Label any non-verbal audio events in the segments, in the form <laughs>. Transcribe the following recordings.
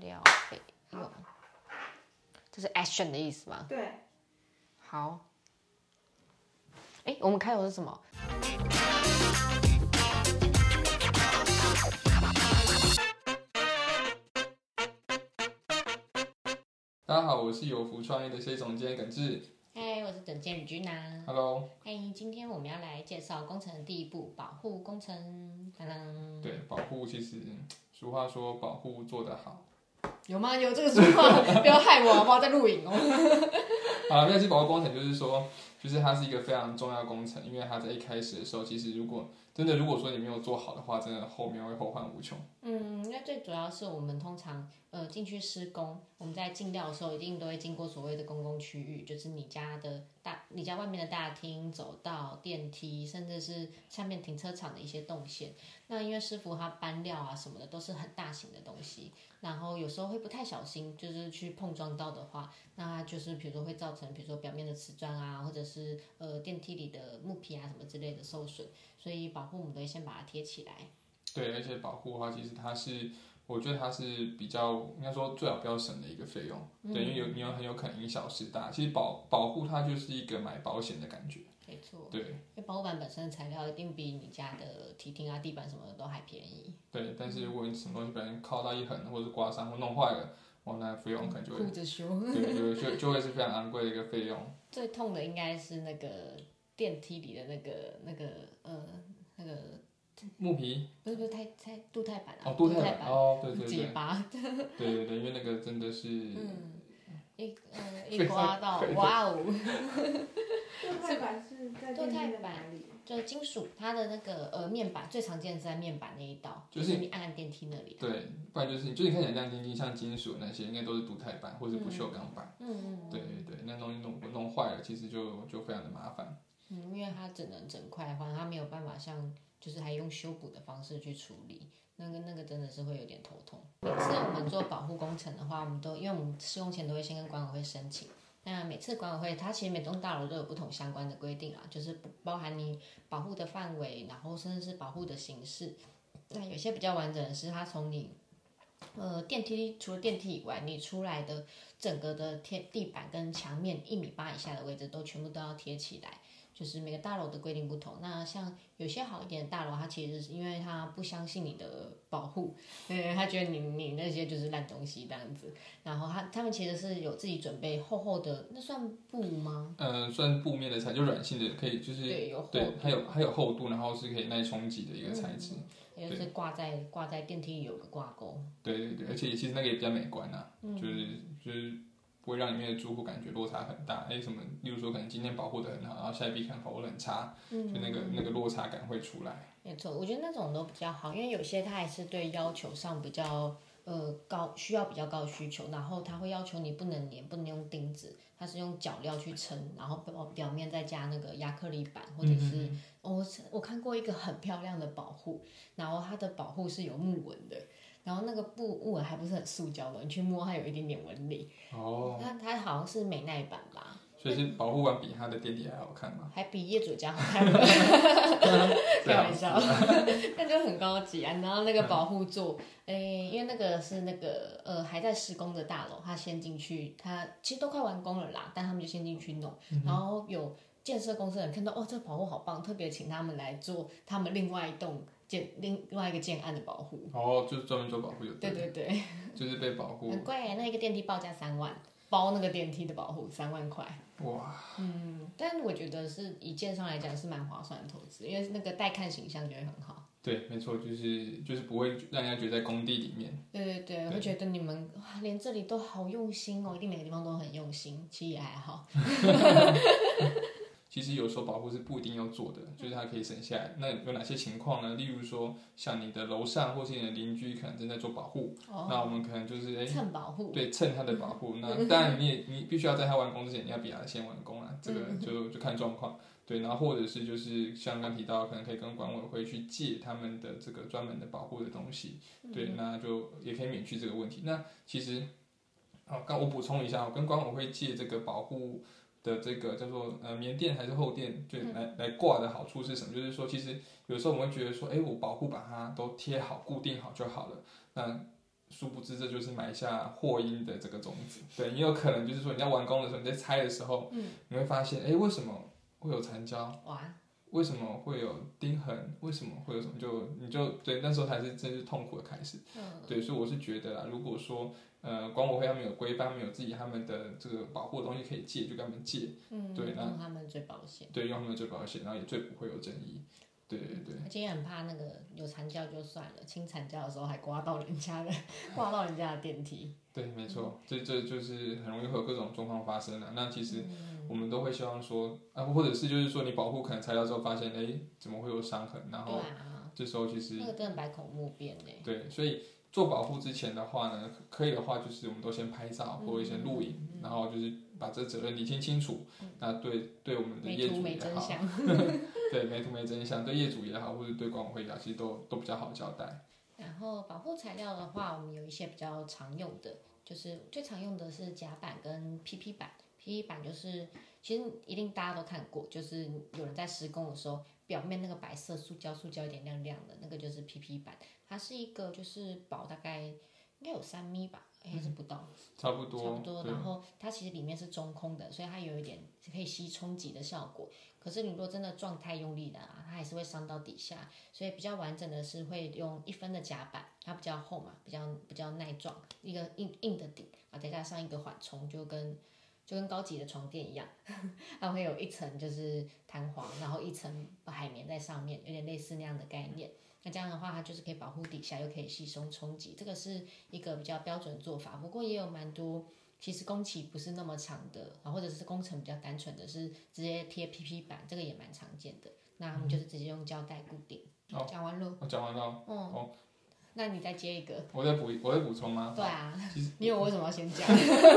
料费用，这是 action 的意思吗？对，好。哎，我们开头是什么？大家好，我是有福创业的 C 总监耿志。嗨，我是总监李君娜。 Hello，嗨，今天我们要来介绍工程的第一步——保护工程。当当，对，保护其实俗话说保护做得好， <laughs> 有吗？有这个说 <laughs> 话，不要害我，好不好？在录影哦。啊，那其实保护工程就是说，就是它是一个非常重要的工程，因为它在一开始的时候，其实如果真的如果说你没有做好的话，真的后面会后患无穷。嗯，那最主要是我们通常呃进去施工，我们在进料的时候一定都会经过所谓的公共区域，就是你家的大，你家外面的大厅、走道、电梯，甚至是下面停车场的一些动线。那因为师傅他搬料啊什么的都是很大型的东西，然后有时候会不太小心，就是去碰撞到的话，那它就是比如说会造成比如说表面的瓷砖啊，或者是呃电梯里的木皮啊什么之类的受损，所以保护我们都会先把它贴起来。对，而且保护的话，其实它是，我觉得它是比较应该说最好不要省的一个费用，对，因为有你有很有可能因小失大。其实保保护它就是一个买保险的感觉，没错。对。因为保护板本身的材料一定比你家的梯厅啊、地板什么的都还便宜，对，但是如果你什么东西被人靠到一横，或者是刮伤或弄坏了，哇，那费用可能就会，哭着修。对，就会就就会是非常昂贵的一个费 <laughs> 用。最痛的应该是那个电梯里的那个、那个、呃、那个，木皮不是不是胎胎镀钛板啊，哦，镀钛钛板哦，对对对，结疤，对对对，因为那个真的是，嗯，一呃非一常 <laughs> 刮到，贵的哇哦！动态版是在动电态梯的版哪 <laughs> 里？就是金属，它的那个呃面板最常见的是在面板那一道，就就是是你按按电梯那里。对，不然就是你就是你看起来亮晶晶，像金属那些，应该都是镀钛板或者不锈钢板。嗯嗯对对对，那东西弄弄坏了，其实就就非常的麻烦。嗯，因为它只能整块换，它没有办法像就是还用修补的方式去处理，那个那个真的是会有点头痛。每次我们做保护工程的话，我们都因为我们施工前都会先跟管委会申请。那每次管委会，它其实每栋大楼都有不同相关的规定啊，就是不包含你保护的范围，然后甚至是保护的形式。那有些比较完整的是，它从你呃电梯除了电梯以外，你出来的整个的天地板跟墙面一米八以下的位置都全部都要贴起来。就是每个大楼的规定不同。那像有些好一点的大楼，它其实是因为它不相信你的保护，对，他觉得你你那些就是烂东西这样子。然后他他们其实是有自己准备厚厚的，那算布吗？嗯，算布面的材，就软性的，可以就是对，有厚对，它有它有厚度，然后是可以耐冲击的一个材嗯质。也就是挂在挂在电梯里有个挂钩。对对对，而且其实那个也比较美观啊，嗯就是就是不会让里面的住户感觉落差很大。哎，什么，例如说可能今天保护的很好，然后下一批可能保护的很差，就那个嗯那个落差感会出来。没错，我觉得那种都比较好，因为有些他还是对要求上比较呃高，需要比较高的需求，然后他会要求你不能粘，不能用钉子，他是用脚料去撑，然后表表面再加那个亚克力板或者是、哦我是我看过一个很漂亮的保护，然后它的保护是有木纹的。然后那个布木纹还不是很塑胶的，你去摸它有一点点纹理。哦，那它好像是美耐板吧？所以是保护完比它的电梯还好看吗？还比业主家好看吗？开玩笑， <laughs> 那就很高级啊。然后那个保护座，诶、因为那个是那个呃还在施工的大楼，他先进去，他其实都快完工了啦，但他们就先进去弄，然后有建设公司的人看到，哦，这保护好棒，特别请他们来做他们另外一栋建另另外一个建案的保护。哦，就是专门做保护就对了，对对，就是被保护很贵耶，那一个电梯报价三万，包那个电梯的保护三万块。哇，嗯，但我觉得是一件上来讲是蛮划算的投资，因为那个带看形象就会很好。对，没错，就是就是不会让人家觉得在工地里面。对对对，我会觉得你们哇，连这里都好用心哦，一定每个地方都很用心，其实也还好。其实有时候保护是不一定要做的，就是它可以省下来。那有哪些情况呢？例如说，像你的楼上或是你的邻居可能正在做保护，哦那我们可能就是哎、蹭保护，对，蹭他的保护。那当然，你也 <laughs> 你必须要在他完工之前，你要比他先完工啊，这个就就看状况。对，然后或者是就是像刚提到，可能可以跟管委会去借他们的这个专门的保护的东西，对，那就也可以免去这个问题。那其实，好，刚我补充一下，哦我跟管委会借这个保护的这个叫做呃棉垫还是厚垫，就来来挂的好处是什么？就是说，其实有时候我们会觉得说，哎，我保护把它都贴好、固定好就好了。那殊不知这就是埋下祸因的这个种子。对你有可能就是说你在完工的时候，你在拆的时候，嗯你会发现，哎，为什么会有残胶？哇，为什么会有钉痕？为什么会有什么？就你就对，那时候才是真是痛苦的开始。嗯，对，所以我是觉得啦，如果说呃管委会他们有规范，他们有自己他们的这个保护的东西可以借，就跟他们借，嗯，对那用他们最保险，对，用他们最保险，然后也最不会有争议。对对对，而且也很怕那个有残胶就算了，清残胶的时候还刮到人家的， <laughs> 刮到人家的电梯，对，没错，这这就是很容易会有各种状况发生了。啊那其实嗯我们都会希望说，啊，或者是就是说你保护可能拆掉之后发现，哎，怎么会有伤痕？然后对啊，这时候其实那个真的百口莫辩欸呢。对，所以做保护之前的话呢，可以的话就是我们都先拍嗯照或者先录影，然后就是把这责任理清清楚。那对对我们的嗯没业图主没也真好，相，对没图没真相，对业主也好，或者对管委会也好，其实都都比较好交代。然后保护材料的话，我们有一些比较常用的，就是最常用的是甲板跟 PP 板。PP 板就是其实一定大家都看过，就是有人在施工的时候，表面那个白色塑胶，塑胶一点亮亮的，那个就是 PP 板。它是一个就是薄大概应该有三米吧，哎还是不到，差不差多不，多。对然后它其实里面是中空的，所以它有一点是可以吸冲击的效果。可是你如果真的撞太用力了啊，它还是会伤到底下。所以比较完整的是会用一分的夹板，它比较厚嘛，比较比较耐撞，一个硬硬的顶啊，再加上一个缓冲，就跟就跟高级的床垫一样， <laughs> 它会有一层就是弹簧，然后一层海绵在上面，有点类似那样的概念。那这样的话，它就是可以保护底下，又可以吸收冲击，这个是一个比较标准的做法。不过也有蛮多，其实工期不是那么长的，啊，或者是工程比较单纯的是直接贴 PP 板，这个也蛮常见的。那他们就是直接用胶带固定。哦讲完了，我讲完了，嗯，哦那你再接一个。我再补一我再补充吗？对啊，其实 <laughs> 你有为什么要先讲？ <laughs>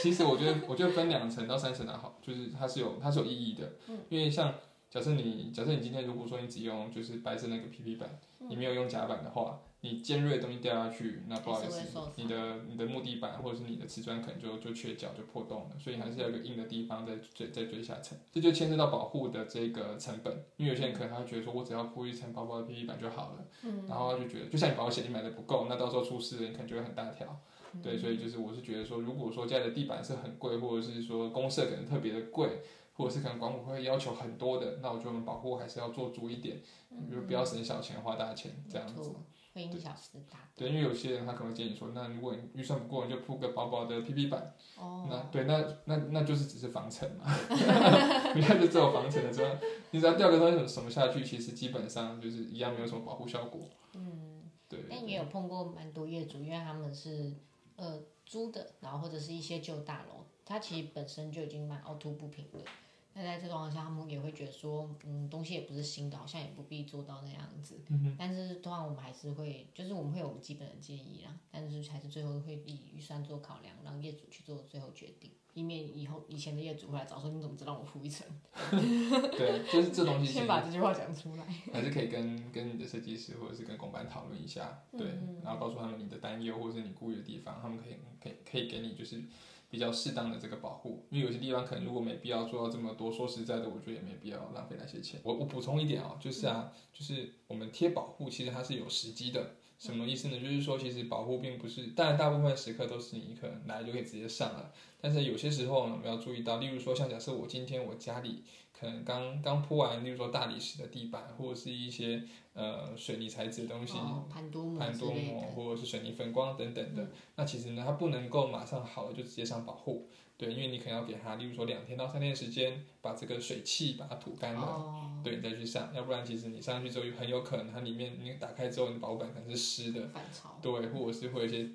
其其实我觉得，我觉得分两层到三层的啊好，就是它是有它是有意义的。嗯因为像假设你假设你今天如果说你只用就是白色那个 PP 板，嗯你没有用甲板的话，你尖锐的东西掉下去，那不好意还思是会受伤，你的你的木地板或者是你的瓷砖可能就就缺角就破洞了，所以还是要有一个硬的地方在最在最下层，这就牵涉到保护的这个成本。因为有些人可能他会觉得说我只要铺一层薄薄的 PP 板就好了，嗯然后他就觉得就像你保险你买的不够，那到时候出事了你可能就会很大条。对，所以嗯就是我是觉得说，如果说家里的地板是很贵，或者是说公社可能特别的贵，或者是可能管委会要求很多的，那我觉得我们保护还是要做足一点，嗯就不要省小钱花大钱这样子。会因小失大。对，因为有些人他可能会建议说，那如果你预算不够，你就铺个薄薄的 PP 板。那哦，对，那那那就是只是防尘 <laughs> 嘛，不要就只有防尘的，只要你只要掉个东西什么下去，其实基本上就是一样没有什么保护效果。嗯，对，但也有碰过蛮多业主，因为他们是呃租的，然后或者是一些旧大楼，它其实本身就已经蛮凹凸不平的。那在这种情况下，他们也会觉得说，嗯，东西也不是新的，好像也不 <laughs> 必做到那样子。嗯、但是通常我们还是会，就是我们会有我们基本的建议啦，但是还是最后会以预算做考量，让业主去做最后决定，以免以后以前的业主会来找说，你怎么只让我铺一层？对，就是这东西其 <laughs> 实先嗯把这句话讲出来。还是可以跟跟你的设计师或者是跟公班讨论一下，对，然后告诉他们你的担忧或者是你顾虑的地方，他们可以可以可以给你就是比较适当的这个保护，因为有些地方可能如果没必要做到这么多，说实在的，我觉得也没必要浪费那些钱。我我补充一点哦，就是啊，就是我们贴保护其实它是有时机的。什么意思呢？就是说，其实保护并不是，当然大部分时刻都是你可能来就可以直接上了，但是有些时候呢，我们要注意到，例如说，像假设我今天我家里可能刚刚铺完，例如说大理石的地板，或者是一些呃水泥材质的东西，哦，潘多摩盘之多类膜的。嗯或者是水泥粉光等等的。那其实呢，它不能够马上好了就直接上保护，对，因为你可能要给它，例如说两天到三天的时间，把这个水汽把它吐干了。哦，对，你再去上，要不然其实你上去之后，很有可能它里面你打开之后，你的保护板可能是湿的，反潮。对，或者是会有一些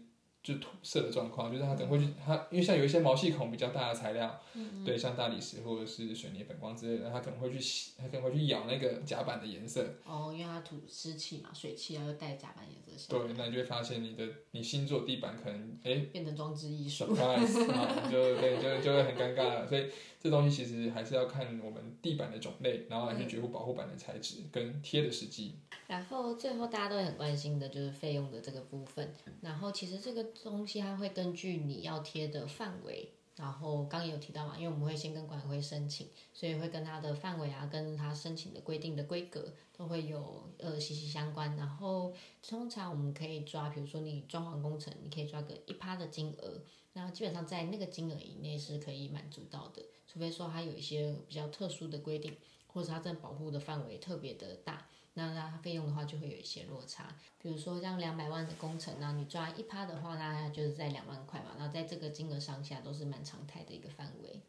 就土色的状况，就是它可能会嗯去它，因为像有一些毛细孔比较大的材料，对，像大理石或者是水泥粉光之类的，它可能会去吸，它可能会去咬那个甲板的颜色，哦，因为它吐湿气嘛，水气，它就带甲板颜色下，对，那你就会发现你的你新做地板可能哎变成装置艺术。 surprise 啊，你就对就就会很尴尬了。所以这东西其实还是要看我们地板的种类，然后来嗯去决定保护板的材质跟贴的时机。然后最后大家都很关心的就是费用的这个部分。然后其实这个东西它会根据你要贴的范围，然后刚也有提到嘛，因为我们会先跟管委会申请，所以会跟他的范围啊，跟他申请的规定的规格都会有呃息息相关。然后通常我们可以抓，比如说你装潢工程，你可以抓个一趴的金额，那基本上在那个金额以内是可以满足到的，除非说它有一些比较特殊的规定，或者它在保护的范围特别的大。那它费用的话就会有一些落差，比如说像两百万的工程啊呢，你抓一趴的话，那它就是在两万块嘛，那在这个金额上下都是蛮常态的一个范围。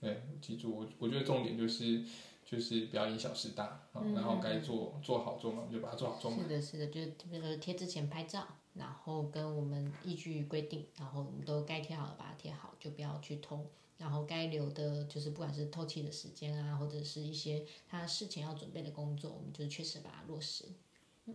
对，记住我，我觉得重点就是就是不要因小失大啊，嗯然后该做做好做满，我们就把它做好做满。是的，是的，就是那个贴之前拍照，然后跟我们依据规定，然后我们都该贴好了把它贴好，就不要去偷。然后该留的，就是不管是透气的时间啊，或者是一些他事前要准备的工作，我们就确实把它落实。嗯，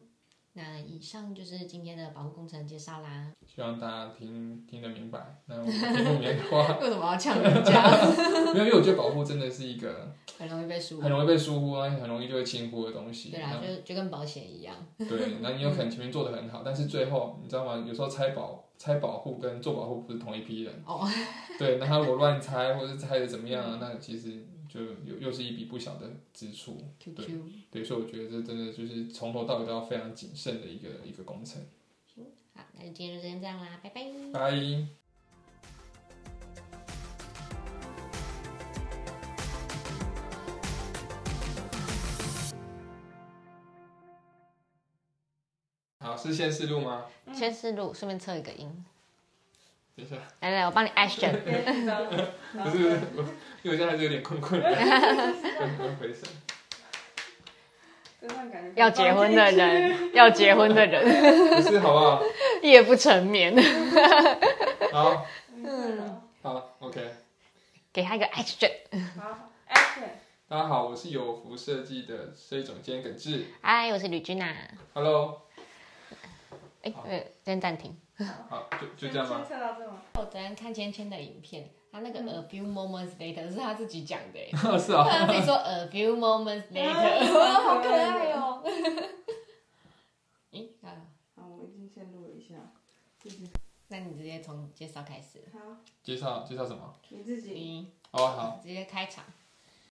那以上就是今天的保护工程介绍啦。 <laughs> 希望大家听听得明白。那我们听不明白的话， <laughs> 为什么要呛人家？没有，因为我觉得保护真的是一个 <laughs> 很容易被疏忽很。容易被疏忽啊，很容易就会轻忽的东西。对啦，就就跟保险一样，对，那你有可能前面做的很好，但是最后你知道吗？有时候拆保、拆保护跟做保护不是同一批人。哦。对，那他如果乱拆或者拆的怎么样啊？那其实就又又是一笔不小的支出。 QQ。对，所以我觉得这真的就是从头到尾都要非常谨慎的一个一个工程。好，那就今天就先这样啦，拜拜。拜。好，是先试录吗？先试录，顺便测一个音。等一下，来来，我帮你 action。 <laughs> 啊不是，不是我因为我现在还是有点困困的，刚回神。要结婚哦的人，要结婚的人不是，好不好？夜不成眠。好，嗯，好，OK。给他一个 action。好，action。大家好，我是有福设计的设计总监耿志。嗨，哎我是吕君娜。 Hello，哎好，对先暂停。好，就就这 <laughs> 样吗？先测到这吗？哦我昨天看芊芊的影片，她那个嗯 a few moments later 是她自己讲的欸， <laughs> 是啊。她自己说 a few moments <laughs> later，啊哇哎好可爱哦。诶，啊，好，我已经先录了一下，自己那你直接从介绍开始，好，介绍介绍什么？你自己。你哦，好。直接开场。